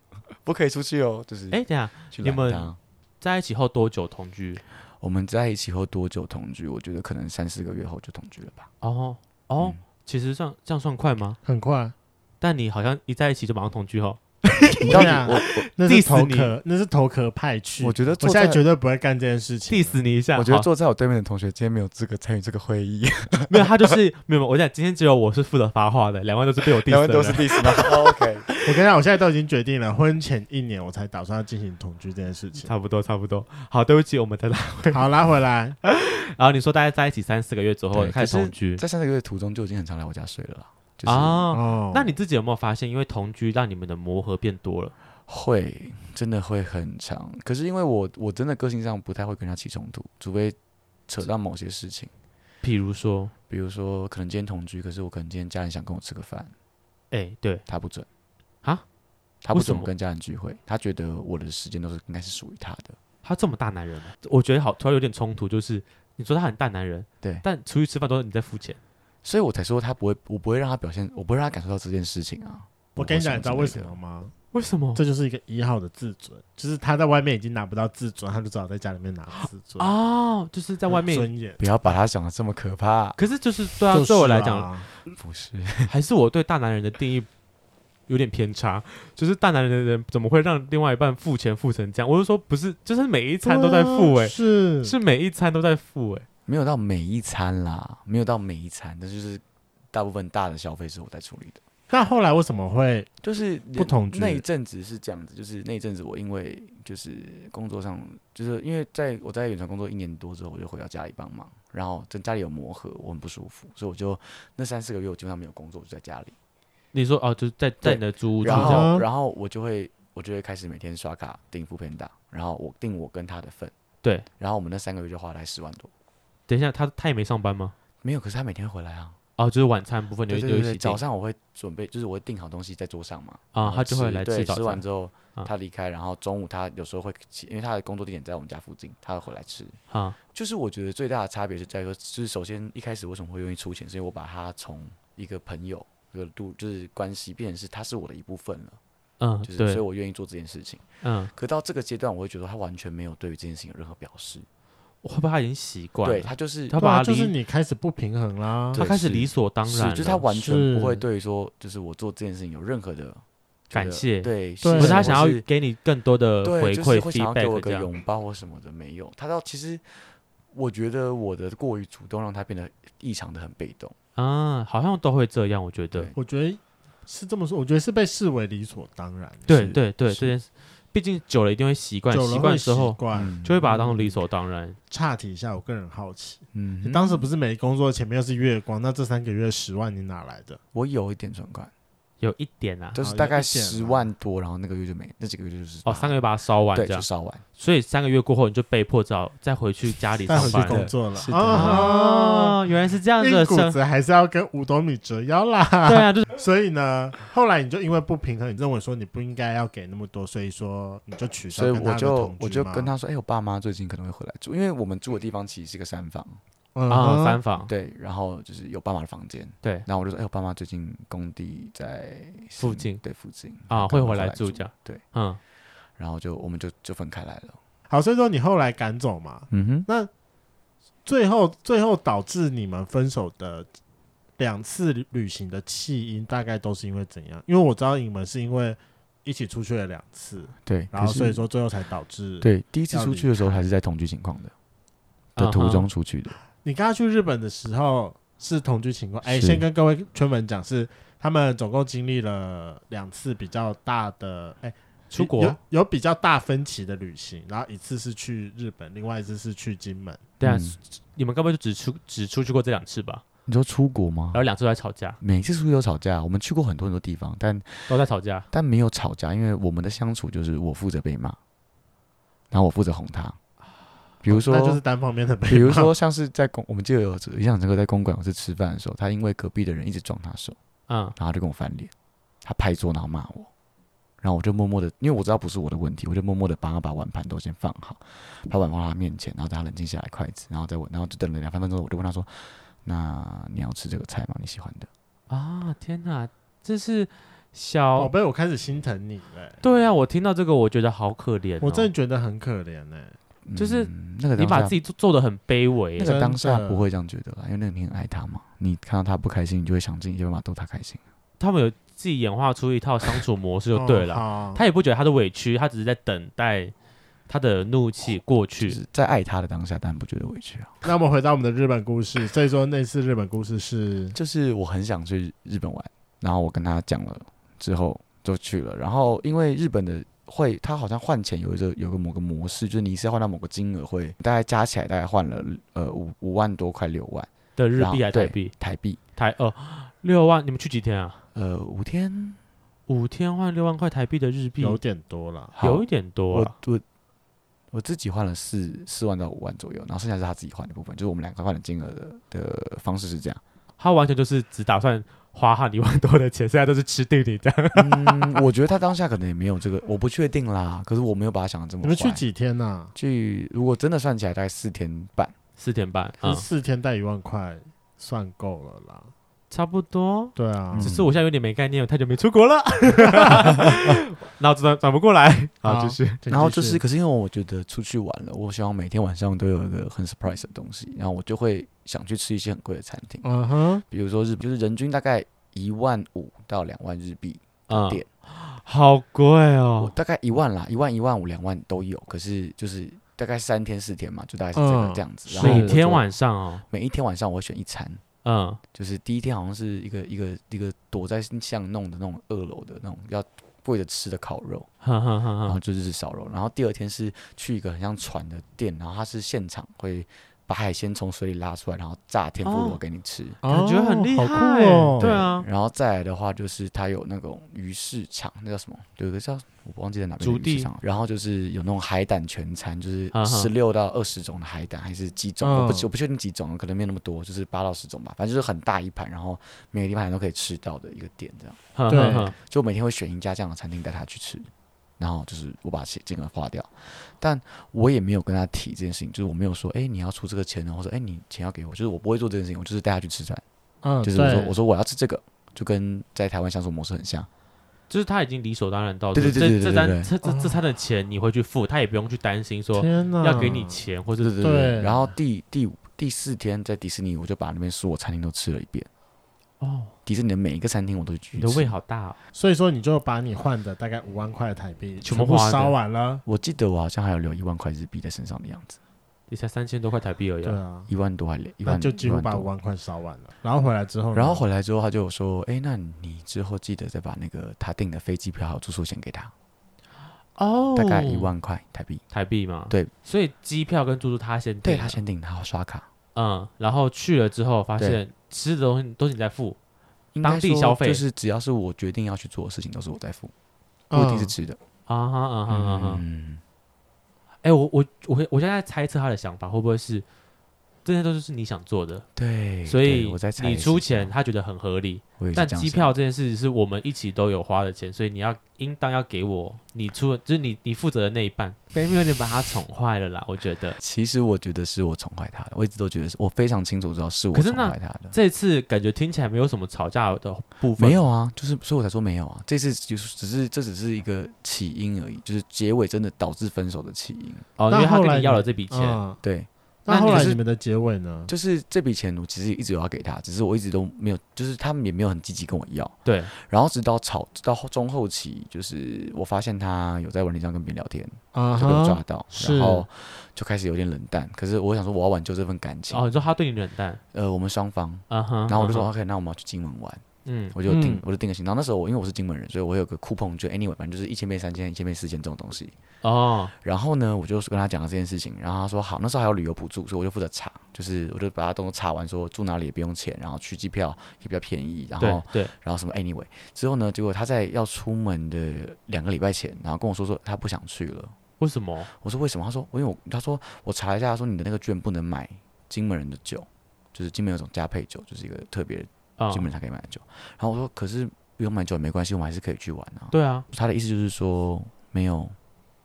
不可以出去哦，就是
哎，等一下
去
你
拦
们
他。
在一起后多久同居？
我们在一起后多久同居？我觉得可能三四个月后就同居了 吧。
哦哦
嗯，
其实算这样算快吗？
很快，
但你好像一在一起就马上同居哦后，
你到底
对啊
我
那是
diss
头
你
壳，那是头壳派去。
我
我
觉得坐
现在
在
绝对不会干这件事情
气
了。
死你一下！
我觉得
好
坐在我对面的同学今天没有资格参与这个会议，
没有，他就是没有，没有我讲今天只有我是负责发话的，两位都是被我 diss
两位
的
都是
人，
第四吗？OK，
我跟你讲，我现在都已经决定了，婚前一年我才打算要进行同居这件事情。
差不多差不多。好， 对不起，我们 再来。
好，拉回来，
然后你说大家在一起三四个月之后
对
开始
可是
同居
在三个月的途中就已经很常来我家睡了啦，就是
啊，
哦，
那你自己有没有发现，因为同居让你们的磨合变多了？
会真的会很长。可是因为我我真的个性上不太会跟他起冲突，除非扯到某些事情，
譬如说，
比如说可能今天同居，可是我可能今天家人想跟我吃个饭，
哎、对，
他不准
啊，
他不
为什
准
么
我跟家人聚会，他觉得我的时间都是应该是属于他的。
他这么大男人啊，我觉得好突然有点冲突，就是你说他很大男人，
对
但出去吃饭都是你在付钱，
所以我才说他不会，我不会让他表现，我不会让他感受到这件事情啊。
嗯我跟你讲，你知道为什
么之
么
类的？
吗？
为什么？
这就是一个一号的自尊，就是他在外面已经拿不到自尊，他就只好在家里面拿自尊，
哦，就是在外面，
尊严。
不要把他想的这么可怕。
可是就是对啊，
就是
对我来
啊
讲，，
不是，
还是我对大男人的定义有点偏差，就是大男人的人怎么会让另外一半付钱付成这样？我就说不是，就是每一餐都在付、
对啊
哎、
是
是每一餐都在付、哎，
没有到每一餐啦， 没有到每一餐，但就是大部分大的消费是我在处理的。
那后来为什么会
就是
不同居
那一阵子是这样子，就是那一阵子我因为就是工作上，就是因为在我在远传工作一年多之后，我就回到家里帮忙，然后跟家里有磨合，我很不舒服，所以我就那三四个月我基本上没有工作，我就在家里。
你说哦，就是在在
对
你的租屋住
然
这样
啊
后然后我就会我就会开始每天刷卡订副片打，然后我订我跟他的份，
对，
然后我们那三个月就花了十万多，
等一下，他他也没上班吗？
没有，可是他每天会回来啊，
哦，就是晚餐部分就
对
就
对
一
对
起
对，
订
早上我会准备，就是我会订好东西在桌上嘛，然
啊，
后
他就会来
对
吃早
吃完
餐
之后
啊
他离开，然后中午他有时候会起，因为他的工作地点在我们家附近，他会回来吃。
啊。
就是我觉得最大的差别是在于说，就是首先一开始为什么会愿意出钱，是因为我把他从一个朋友、一个度，就是关系变成是他是我的一部分了。
嗯，
就是所以
对，
我愿意做这件事情。
嗯，
可到这个阶段，我会觉得他完全没有对于这件事情有任何表示，
我会不会他已经习惯
对
了？
他就是
他
对
把
啊，
它
就是
理
你开始不平衡啦。
他
对
开始
是
理所当
是
然了，
就是他完全不会
是
对于说，就是我做这件事情有任何的觉得
感谢
对，
对
不
不
是他
或
想要
是
给你更多的
对，
回
就是
馈
会想要给
feedback
我
这
个
样。
拥抱或什么的，没有。他到其实，我觉得我的过于主动让他变得异常的很被动。
啊，好像都会这样，我觉得
对。
我觉得是这么说，我觉得是被视为理所当然。
对
是
对对，
是
这件事，毕竟久了一定会习惯，
久
习
了
惯
会
之
习
后
惯。
就会把它当成理所当然。
岔题一下，我个人好奇，
嗯
你
哼，
当时不是没工作，前面又是月光，那这三个月十万你哪来的？
我有一点存款，
有一点啊，
就是
好
大
有
概
一点
十
啦
万多，然后那个月就没，那几个月就是
哦，三个月把它烧完
对，
这
就
样，
烧完。
所以三个月过后你就被迫只好再回去家里
带回
上
去
班
工作了
是的
啊！
哦，原来是这样子
硬
的
骨
生，
子还是要跟五斗米折腰啦。
对啊，就是
所以呢，后来你就因为不平衡，你认为说你不应该要给那么多，所以说你就取消
所以
跟他
我
的
就
同
我
居
就
吗
跟他说，哎、我爸妈最近可能会回来住，因为我们住的地方其实是个山房，
嗯
啊，
哼
三房，
对，然后就是有爸妈的房间，
对
然后我就说，哎、我爸妈最近工地在
附
新
近
对附近
啊，
可
会
能
回
来
来住这样，
对，
嗯，
然后就我们就就分开来了。
好，所以说你后来赶走嘛，
嗯哼，
最后最后导致你们分手的两次旅行的起因，大概都是因为怎样？因为我知道你们是因为一起出去了两次，
对，
然后
可是
所以说最后才导致。
对，第一次
要
出
离
去的时候还是在同居情况的的
嗯
啊
途
哈
中出去的，
你刚刚去日本的时候是同居情况，哎，
是
先跟各位圈粉讲是。他们总共经历了两次比较大的，哎、
出
有
国，
有比较大分歧的旅行，然后一次是去日本，另外一次是去金门。
对啊
嗯，
你们根本就只出只出去过这两次吧，
你说出国吗
然？
呃
后两次都在吵架，哦
每次出去都吵架，我们去过很多很多地方，但
都在吵架，
但没有吵架，因为我们的相处就是我负责被骂，然后我负责哄他。比如说，
哦那就是单方面的被骂。
比如说像是在公，我们记得有印象这个在公馆有次吃饭的时候，他因为隔壁的人一直撞他手，
嗯，
然后他就跟我翻脸，他拍桌然后骂我，然后我就默默的，因为我知道不是我的问题，我就默默的帮他把碗盘都先放好，把碗放到他面前，然后等他冷静下来筷子，然后再问，然后就等了两三分钟，我就问他说：“那你要吃这个菜吗？你喜欢的？”
啊，天哪，这是
宝
小，
贝，我开始心疼你了、
对啊，我听到这个我觉得好可怜哦，
我真的觉得很可怜欸呢、
就是
嗯那个
你
当
把
下
自己做做的很卑微
那
真
个
的
当下不会这样觉得啦，因为那个你很爱他嘛，你看到他不开心，你就会想尽一切办法逗他开心。
他们有自己演化出一套相处模式就对了。
哦好
他也不觉得他的委屈，他只是在等待他的怒气过
就
去。
是在爱他的当下，当然不觉得委屈啊。
那我们回到我们的日本故事，所以说那次日本故事是
就是我很想去日本玩，然后我跟他讲了之后就去了，然后因为日本的。会，他好像换钱有一个有个某个模式，就是你一次换到某个金额会，大概加起来大概换了呃五五万多块六万
的日
然后
币还是
对
台币？
台币，
台哦，六万，你们去几天啊？
呃五天，
五天换六万块台币的日币，
有点多了。
好
有一点多、
我
啊。
我我自己换了四四万到五万左右，然后剩下是他自己换的部分，就是我们两个换的金额的的方式 是这样。
他完全就是只打算花他一万多的钱，现在都是吃定你这样。
嗯，我觉得他当下可能也没有这个，我不确定啦。可是我没有把他想的这么
你
坏。
们去几天啊呐、
去如果真的算起来，大概四天半。
四点 半，
可
嗯
是，四天带一万块，算够了啦。
差不多。
对啊
嗯，
只是我现在有点没概念，我太久没出国了，脑子转转不过来。好，
好
继续。
这
然后就是，可是因为我觉得出去玩了，我希望每天晚上都有一个很 surprise 的东西，然后我就会想去吃一些很贵的餐厅，
嗯哼，
比如说日就是人均大概一万五到两万日币，
嗯
点，
好贵
我
哦。
大概一万啦，一万、一万五、两万都有，可是就是大概三天四天嘛，就大概是这个
嗯
这样子。
是
然后
每
我
天
就
晚上哦，
每一天晚上我会选一餐，
嗯，
就是第一天好像是一个一个一个躲在巷弄的那种二楼的那种要为了吃的烤肉，
哼哼哼
然后
哼，
就是日烧肉。然后第二天是去一个很像船的店，然后它是现场会把海鲜从水里拉出来，然后炸天妇罗
哦
给你吃。
感觉很
哦
厉
好
害
酷
欸。
哦。
对啊，
然后再来的话，就是它有那种鱼市场，那叫什么？有一个叫我忘记在哪边
竹
的鱼
地
市场。然后就是有那种海胆全餐，就是
啊哈
十六到二十种的海胆，还是几种？我不
嗯
我不确定几种，可能没有那么多，就是八到十种吧。反正就是很大一盘，然后每个地方都可以吃到的一个店，这样。
哼
对
哼哼
就每天会选一家这样的餐厅带他去吃，然后就是我把钱金额花掉，但我也没有跟他提这件事情，就是我没有说，哎、你要出这个钱哦，或者哎、你钱要给我，就是我不会做这件事情，我就是带他去吃饭，
嗯，
就是我说
对
我说我要吃这个，就跟在台湾相处模式很像，
就是他已经理所当然到，
对对对对对
这这
对
单
对
这这这餐的钱你会去付，他也不用去担心说
天哪，
要给你钱或者
对对
对
然后第第五第四天在迪士尼，我就把那边所有餐厅都吃了一遍。
哦，
迪士尼的每一个餐厅我都去
你的
吃
胃好大、哦，
所以说你就把你换的大概五万块台币全
全部
部
花的
烧完了，
我记得我好像还有留一万块日币在身上的样子，
也才三千多块台币而已
对
啊、
啊，
一万多还一
那
万，
就几乎把
一万
五
多。
万块烧完了。然后回来之
哦
后呢，
然后回来之后，他就有说：“哎，那你之后记得再把那个他订的飞机票还有住宿钱给他，
哦，
大概一万块台币。
台币嘛。
对，
所以机票跟住宿他先
对
订
他
了
先订，他刷卡。
嗯，然后去了之后发
对
现吃的东西都是你在付，
应该
当地
说
消费
就是只要是我决定要去做的事情，都是我在付，
嗯
不一定是吃的。
啊哈啊哈啊哈。
嗯，
哎、我我我我现在在猜测他的想法会不会是这些都是你想做的，
对。
所
对
以
我在猜
你
也是
出
这样
钱，，他觉得很合理。
我也是
但
这样
机
想
票这件事是我们一起都有花的钱，所以你要应当要给我，你出的就是你你负责的那一 半。Baby 有点把他宠坏了啦，我觉得
其实我觉得是我宠坏他的，我一直都觉得是我非常清楚知道是我
可是
宠
那
坏他的。
这次感觉听起来没有什么吵架的部分，
没有啊，就是所以我才说没有啊。这次就是只是这只是一个起因而已，就是结尾真的导致分手的起因。
哦，因
那
为他
后来
跟你要
你
了这笔钱，
嗯
对，
那
那
后
你
来
是
你们的结尾呢？
就是这笔钱我其实一直有要给他，只是我一直都没有，就是他们也没有很积极跟我要。
对，
然后直到吵到中后期，就是我发现他有在玩体上跟别人聊天，
啊
就被我
哈
抓，到，
是
然后就开始有点冷淡。可是我想说我要挽救这份感情，
哦，你说他对你冷淡，
呃，我们双方。
嗯哼，
然后我就说、
嗯哼
OK，那我们要去金门玩。
嗯，
我就订、
啊嗯
我就订个行。然后那时候我因为我是金门人，所以我有个 coupon，就 anyway，反正就是一千倍、三千、一千倍、四千这种东西。
哦，
然后呢，我就是跟他讲了这件事情，然后他说好，那时候还有旅游补助，所以我就负责查，就是我就把他都查完，说住哪里也不用钱，然后去机票也比较便宜，然
对
后
对，
然后什么哎 anyway。之后呢，结果他在要出门的两个礼拜前，然后跟我说说他不想去了。
为什么？
我说为什么？他说因为我他说我查了一下，他说你的那个券不能买金门人的酒，就是金门有种加配酒，就是一个特别
啊、
基本上可以买酒。然后我说，可是不用买酒也没关系，我们还是可以去玩啊。
对啊，
他的意思就是说，没有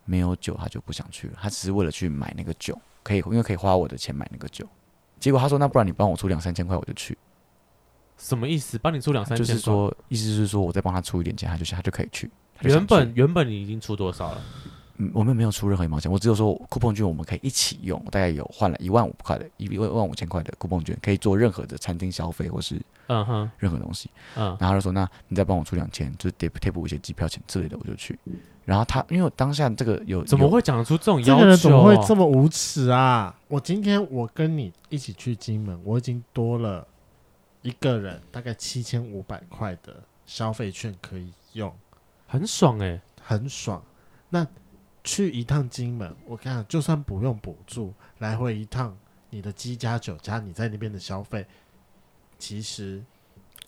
没有酒，他就不想去了，他只是为了去买那个酒，可以因为可以花我的钱买那个酒。结果他说，那不然你帮我出两三千块，我就去。
什么意思？帮你出两三
就
千块，
是说，意思是说我再帮他出一点钱，他就他就可以去。他就想
原
去
本原本你已经出多少了？
嗯我们没有出任何一毛钱，我只有说 coupon 券我们可以一起用，我大概有换了一万五块的，一万五千块的 coupon 券，可以做任何的餐厅消费或是
嗯哼，
任何东西。
嗯，
然后他就说：“那你再帮我出两千，就是贴贴补一些机票钱之类的，我就去。”然后他因为我当下这个有
怎么
有
会讲得出这种
这
要求、哦？
个人怎么会这么无耻啊！我今天我跟你一起去金门，我已经多了一个人大概七千五百块的消费券可以用，
很爽哎、
很爽。那去一趟金门，我跟你讲，就算不用补助，来回一趟，你的机加酒加你在那边的消费，其实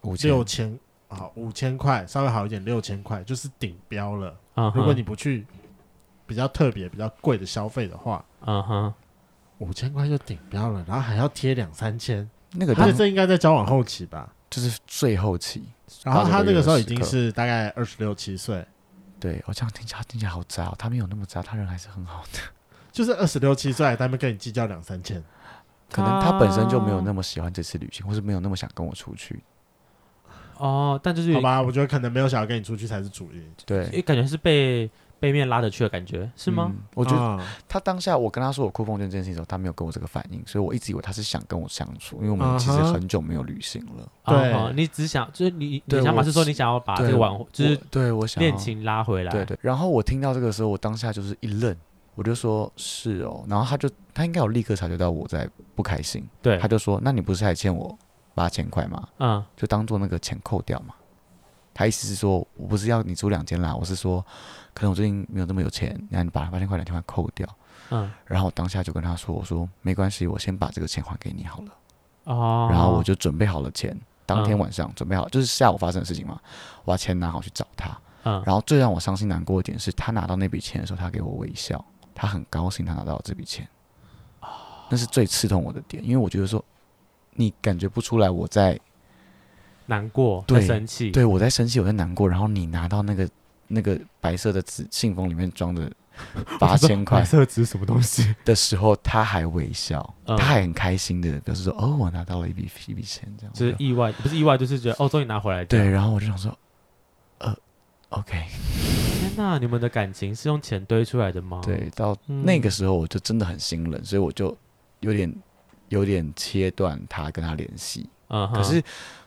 五千
六千啊五千块，稍微好一点，六千块就是顶标了。
嗯哼，
如果你不去比较特别、比较贵的消费的话，
嗯哼，
五千块就顶标了，然后还要贴两三千，
那个
而
当
且这应该在交往后期吧。
就是最后期，
然后他那个时候已经
八九个月的时
是大概二十六七岁，
对哦我、这样听起来听起来好渣、哦，他没有那么渣，他人还是很好的，
就是二十六七岁，在那边跟你计较两三千，
可能他本身就没有那么喜欢这次旅行，或是没有那么想跟我出去。
哦，但就是有
好吧？我觉得可能没有想要跟你出去才是主因，
对，
也感觉是被背面拉着去的感觉，是吗？
嗯我觉得
啊
他当下我跟他说我酷碰这件事情的时候，他没有跟我这个反应，所以我一直以为他是想跟我相处，因为我
啊哈
们其实很久没有旅行了。
对
哦你只想就是你你
嗯对
的想法
我
是说你想要把
对
这个挽
我
就是
对我想要
恋情拉回来，
对对。然后我听到这个时候，我当下就是一愣，我就说是哦。然后他就他应该有立刻察觉到我在不开心，
对
他就说：“那你不是还欠我八千块吗？
嗯，
就当做那个钱扣掉嘛。”他意思是说，我不是要你出两千啦，我是说，可能我最近没有那么有钱，然后你把八千块、两千块扣掉。
嗯，
然后我当下就跟他说：“我说没关系，我先把这个钱还给你好了。”
哦，
然后我就准备好了钱，当天
嗯
晚上准备好，就是下午发生的事情嘛，我把钱拿好去找他。
嗯
然后最让我伤心难过的点是他拿到那笔钱的时候，他给我微笑，他很高兴他拿到这笔钱，那是最刺痛我的点，因为我觉得说你感觉不出来我在
难过，
对
在生气，
对我在生气，我在难过，然后你拿到那个那个白色的纸信封里 面装着八千块
色纸什么东西？
的时候，他还微笑，
嗯
他还很开心的表示说哦，我拿到了一笔一笔钱这样，
就是意外，不是意外，就是觉得哦，终于拿回来，
对，，然后我就想说，呃， OK，
天哪，你们的感情是用钱堆出来的吗？
哦
对，到
嗯
那个时候我就真的很心冷，所以我就有点有点切断他跟他联系。
嗯哼，
可是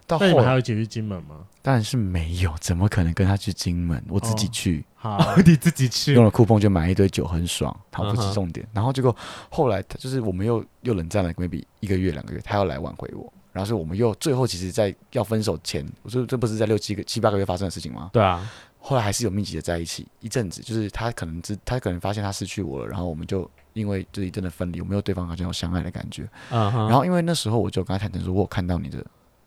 到
那你
后
们还
来
有一起去金门吗？
当然是没有，怎么可能跟他去金门？我自己
哦
去，
好，
你自己去
用了酷碰就买一堆酒，很爽。好，不
嗯
是
哼
重点。然后结果后来他就是我们又又冷战了，maybe 一个月两个月，他要来挽回我。然后是我们又最后其实，在要分手前，我说这不是在六七个七八个月发生的事情吗？
对啊，
后来还是有密集的在一起一阵子，就是他可能知他可能发现他失去我了，然后我们就因为就是一阵的分离，我们又对方好像有相爱的感觉。
嗯哼，
然后因为那时候我就跟他坦诚说，我有看到你的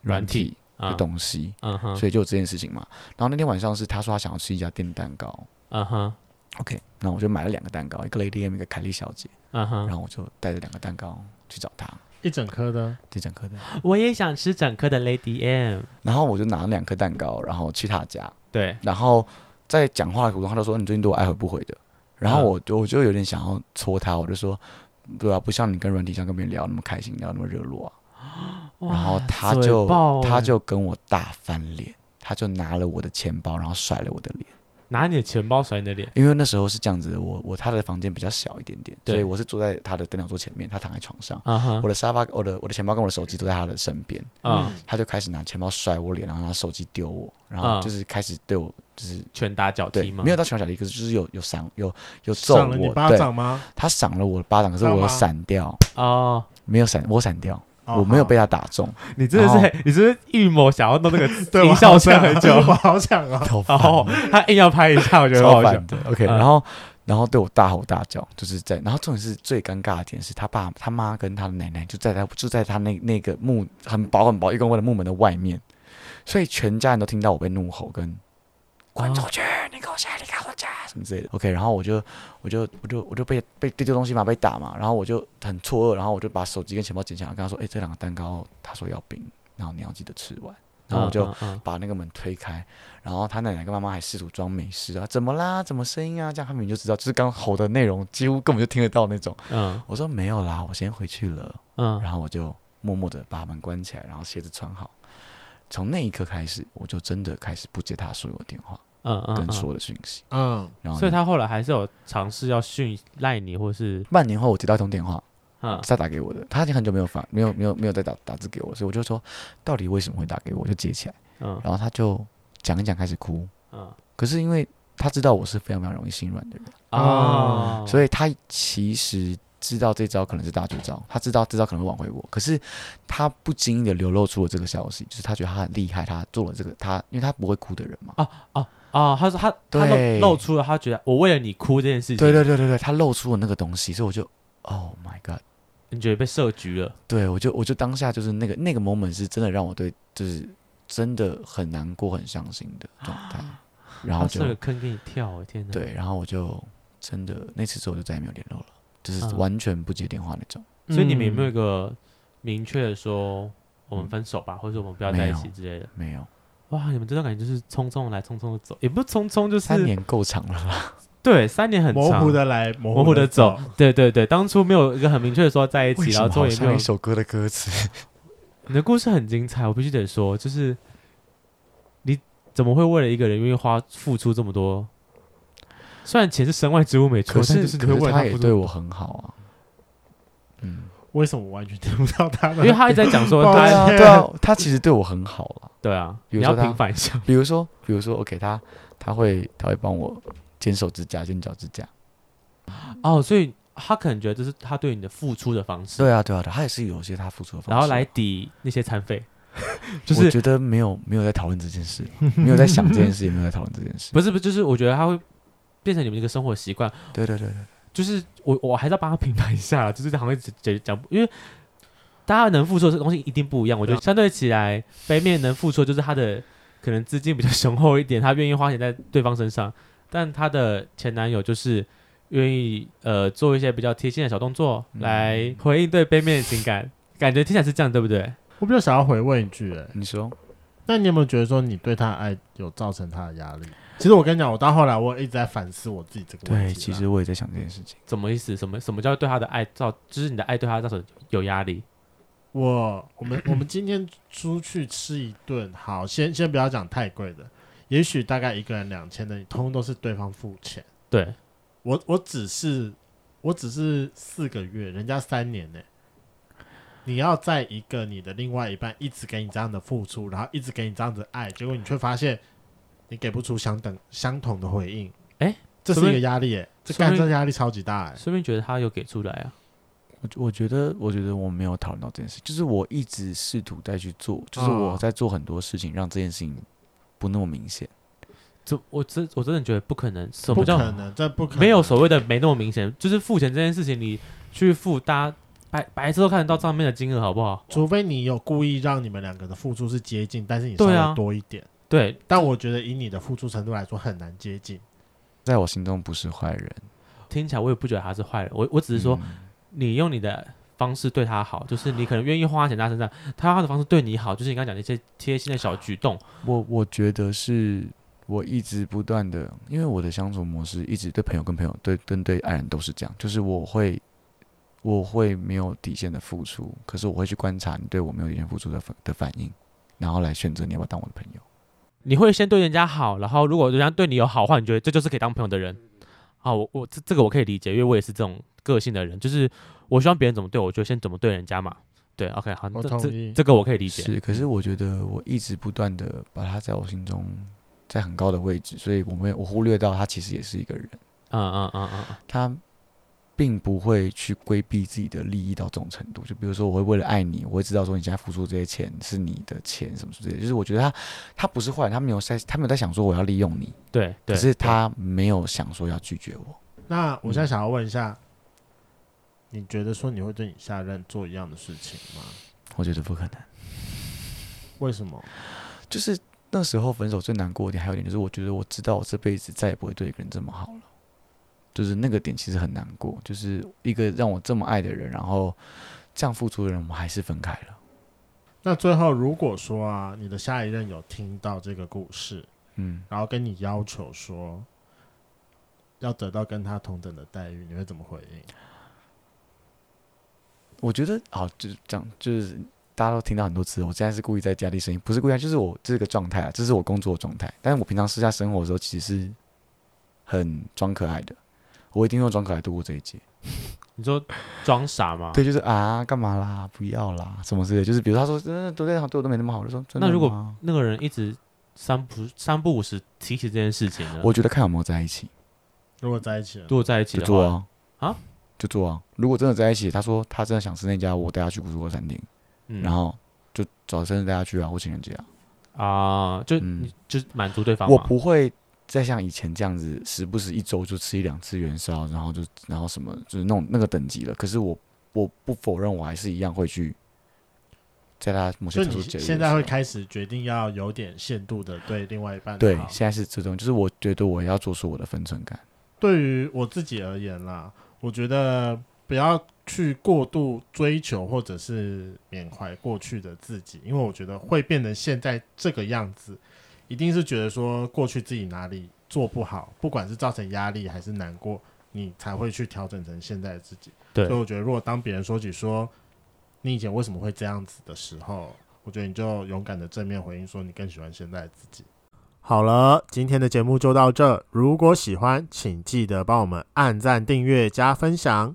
软
软
体
体的
嗯
东西，
嗯哼，
所以就有这件事情嘛。然后那天晚上是他说他想要吃一家店蛋糕
嗯哼，
，OK，那我就买了两个蛋糕，一个 Lady M，一个凯莉小姐，
嗯哼
然，后我就带着两个蛋糕去找他，
一整颗的，
这整颗蛋糕，
我也想吃整颗的 Lady M。
然后我就拿了两颗蛋糕，然后去他家，
对，
然后在讲话的途中，他就说：“你最近对我爱回不回的。”然后
嗯
我就我就有点想要戳他，我就说：“对啊，不像你跟软体上跟别人聊那么开心，聊那么热络啊。”
哇
然后他
嘴
就
爆
他
欸
就跟我大翻脸，他就拿了我的钱包，然后甩了我的脸。
拿你的钱包甩你的脸，
因为那时候是这样子的，我我他的房间比较小一点点，
对
所以我是坐在他的电脑桌前面，他躺在床上，
嗯哼
我，的沙发、我的我的钱包跟我的手机都在他的身边。
嗯，
他就开始拿钱包甩我脸，然后拿手机丢我，然
嗯
后就是开始对我就是
拳打脚
对，
踢吗？
没有到拳打脚踢，可是就是有有赏有有揍
赏了你
我，
巴
对，
掌吗？
他赏了我巴掌，可
知
是
道
我有
吗
闪掉，
哦，
没有闪，我闪掉，
哦
我没有
好
被他打中，
你真的
然
是，哦你是不是预谋想要弄那个
对，
营
我
销
好
圈
想，
很 久
我好想啊，
超
然后他硬要拍一下，我觉得很
超
好笑
烦。的，OK，
嗯
然后然后对我大吼大叫，就是在，然后重点是最尴尬的点是他爸他妈跟他的奶奶就在他就在他那那个木很薄很薄一公分的木门的外面，所以全家人都听到我被怒吼跟。
哦
滚出去！你给我下来！你给我家什么之类的。OK，然后我就我就我就我就被被丢丢东西嘛，被打嘛，然后我就很错愕，然后我就把手机跟钱包捡起来，跟他说：“哎、这两个蛋糕，他说要冰，然后你要记得吃完。”然后我就
嗯嗯
把那个门推开，然后他奶奶跟妈妈还试图装没事啊，怎么啦？怎么声音啊？这样他们就知道，就是刚吼的内容几乎根本就听得到那种。
嗯
我说没有啦，我先回去了，
嗯
然后我就默默的把门关起来，然后鞋子穿好。从那一刻开始，我就真的开始不接他所有的电话
嗯嗯
跟所
嗯，
有的讯息。
嗯，
然后
所以他后来还是有尝试要训赖你，或是
半年后我接到一通电话，
嗯
是他打给我的，他已经很久没有发，没有没有没有再打打字给我，所以我就说到底为什么会打给我，我就接起来，
嗯
然后他就讲一讲开始哭，
嗯
可是因为他知道我是非常非常容易心软的人，
哦，
所以他其实知道这招可能是大绝招，他知道这招可能会挽回我，可是他不经意的流露出了这个消息，就是他觉得他很厉害，他做了这个，他因为他不会哭的人嘛，
哦，他说他他
对
露露出了他觉得我为了你哭这件事情，
对对对对对，他露出了那个东西，所以我就 Oh my God，
你觉得被设局了，
对我就我就当下就是那个那个 moment 是真的让我对就是真的很难过很伤心的状态，然后
啊他
就
设个坑给你跳，天哪！，
对，然后我就真的那次之后我就再也没有联络了，就是
嗯
完全不接电话那种。
所以你们有
嗯
没有一个明确的说我们分手吧，或者我们不要在一
没
起
有
之类的？
没有，
哇，你们这段感情就是匆匆地来，匆匆的走，也不是匆匆，就是
三年够长了啦。
对三年很
模
长
糊的来，模
模糊的走
走，。
对对对，当初没有一个很明确的说在一起，然后最后
好
也没
像
有
一。首歌的歌词？
你的故事很精彩，我必须得说，就是你怎么会为了一个人愿意花付出这么多？虽然钱是身外之物没错，
可
但
是
就是你
可
会
是
为了
他
付
也
出
对，我很好啊。嗯，
为什么我完全听不到他的？
因为他一直在讲说
抱
对
歉
他，
啊，对啊，他其实对我很好啦。
对啊，
比
你
如
要
说他
平反一 下，
比如说，比如说，OK，他他会他会帮我剪手指甲、剪脚指甲。
哦，所以他可能觉得这是他对你的付出的方式，
对啊，对啊，对他也是有一些他付出的方式。
然后来，抵那些残废， 就
我
是
觉得没有没有在讨论这件事，没有在想这件事，也没有在讨论这件事。
不是不是，就是我觉得他会变成你们一个生活习惯，
对对对对，
就是我我还是要帮他平反一下啦， 就是好像讲讲，因为大家能付出的东西一定不一样。我觉得相对起来，北面能付出的就是他的可能资金比较雄厚一点，他愿意花钱在对方身上，但他的前男友就是愿意呃做一些比较贴心的小动作
嗯
来回应对北面的情感，感觉听起来是这样，对不对？
我比较想要回问一句、哎，
你说
那你有没有觉得说你对他的爱有造成他的压力？其实我跟你讲，我到后来我一直在反思我自己这个问题
对，
啦。
其实我也在想这件事情。
什么意思？什么什么叫对他的爱造，就是你的爱对他造成有压力？
我我们我们今天出去吃一顿，好，先先不要讲太贵的，也许大概一个人两千的，你通通都是对方付钱。
对，
我我只是我只是四个月，人家三年呢、你要在一个你的另外一半一直给你这样的付出，然后一直给你这样子爱，结果你却发现你给不出相等相同的回应，
诶
这是
说
一
明
个压力、欸，这
说明
干这压力超级大、欸，
顺便觉得他有给出来啊，
我我觉得，我觉得我没有讨论到这件事，就是我一直试图在去做，就是
哦
我在做很多事情，让这件事情不那么明显。
这我真我真的觉得不可能，什
不
么叫
可能，这不可能，
没有所谓的没那么明显，就是付钱这件事情，你去付，大家白白痴都看得到上面的金额，好不好？
除非你有故意让你们两个的付出是接近，但是你稍
对啊
微多一点。
对，
但我觉得以你的付出程度来说，很难接近。
嗯在我心中不是坏人，
听起来我也不觉得他是坏人，我我只
嗯
是说、你用你的方式对他好，就是你可能愿意花钱在他身上，他用他的方式对你好，就是你刚刚讲的一些贴心的小举动，
我我觉得是我一直不断的，因为我的相处模式一直对朋友跟朋友对跟对爱人都是这样，就是我会我会没有底线的付出，可是我会去观察你对我没有底线付出的反的反应，然后来选择你要不要当我的朋友。
你会先对人家好，然后如果人家对你有好话，你觉得这就是可以当朋友的人。好，我我这这个我可以理解，因为我也是这种个性的人，就是我希望别人怎么对我，我就先怎么对人家嘛。对，OK，好，
我
这
同
这
意
这个我可以理解。
是，可是我觉得我一直不断的把他在我心中在很高的位置，所以我没有我忽略到他其实也是一个人，
嗯嗯嗯嗯嗯，
他并不会去规避自己的利益到这种程度。就比如说，我会为了爱你，我会知道说你现在付出这些钱是你的钱什么之类的。就是我觉得他他不是坏人，他没有在他没有在想说我要利用你，
对对。
可是他没有想说要拒绝我。
那我
嗯
现在想要问一下，你觉得说你会对你下任做一样的事情吗？
我觉得不可能。
为什么？
就是那时候分手最难过的点，还有一点就是，我觉得我知道我这辈子再也不会对一个人这么好了。就是那个点其实很难过，就是一个让我这么爱的人，然后这样付出的人，我们还是分开了。
那最后如果说啊，你的下一任有听到这个故事，
嗯，
然后跟你要求说要得到跟他同等的待遇，你会怎么回应？
我觉得好，就是这样，就是大家都听到很多次，我现在是故意在加低声音，不是故意啊，就是我这个状态啊，这是我工作的状态。但是我平常私下生活的时候，其实是很装可爱的，我一定用装可爱度过这一劫。
你说装傻吗？
对，就是啊，干嘛啦，不要啦，什么之类的。就是比如他说，真的都在对我都没那么好，我就说真的
那如果
吗
那个人一直三不三不五时提起这件事情呢，
我觉得看有没有在一起，
如果在一起了，
如果在一起
就
的
做
话，
啊，
啊，
就做啊。如果真的在一起，他说他真的想吃那家，我带他去古树锅餐厅，
嗯
然后就找生日带他去啊，或情人节啊。
啊，就
嗯
你就满足对方
我
嘛。
不会再像以前这样子，时不时一周就吃一两次元宵，然后就然后什么就是那种那个等级了。可是我我不否认，我还是一样会去。在他某
就
些特
你
殊节日的
现在会
时候
开始决定要有点限度的对另外一半
对，
好
现在是这种，就是我觉得我要做出我的分寸感。
对于我自己而言啦，我觉得不要去过度追求或者是缅怀过去的自己，因为我觉得会变成现在这个样子，一定是觉得说过去自己哪里做不好，不管是造成压力还是难过，你才会去调整成现在的自己。
对
所以我觉得如果当别人说起说你以前为什么会这样子的时候，我觉得你就勇敢的正面回应说你更喜欢现在的自己。好了，今天的节目就到这。如果喜欢，请记得帮我们按赞、订阅、加分享。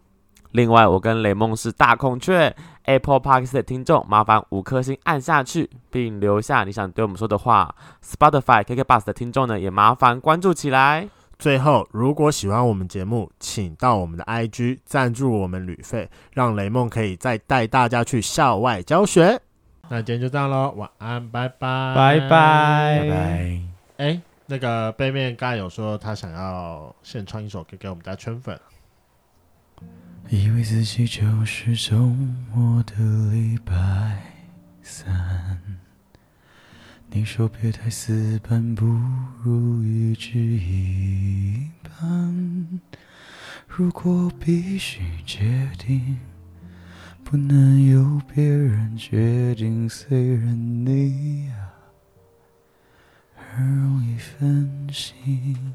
另外，我跟雷梦是大孔雀 Apple Park 的听众，麻烦五颗星按下去，并留下你想对我们说的话。Spotify KK Bus 的听众呢，也麻烦关注起来。
最后，如果喜欢我们节目，请到我们的 IG 赞助我们旅费，让雷梦可以再带大家去校外教学。那今天就这样喽，晚安，拜拜，
拜拜。
拜拜。
哎、那个背面刚才有说他想要献唱一首歌给我们家圈粉，
以为自己就是周末的礼拜三。你说别太死板，不如一直一般。如果必须决定，不能由别人决定。虽然你啊，很容易分心。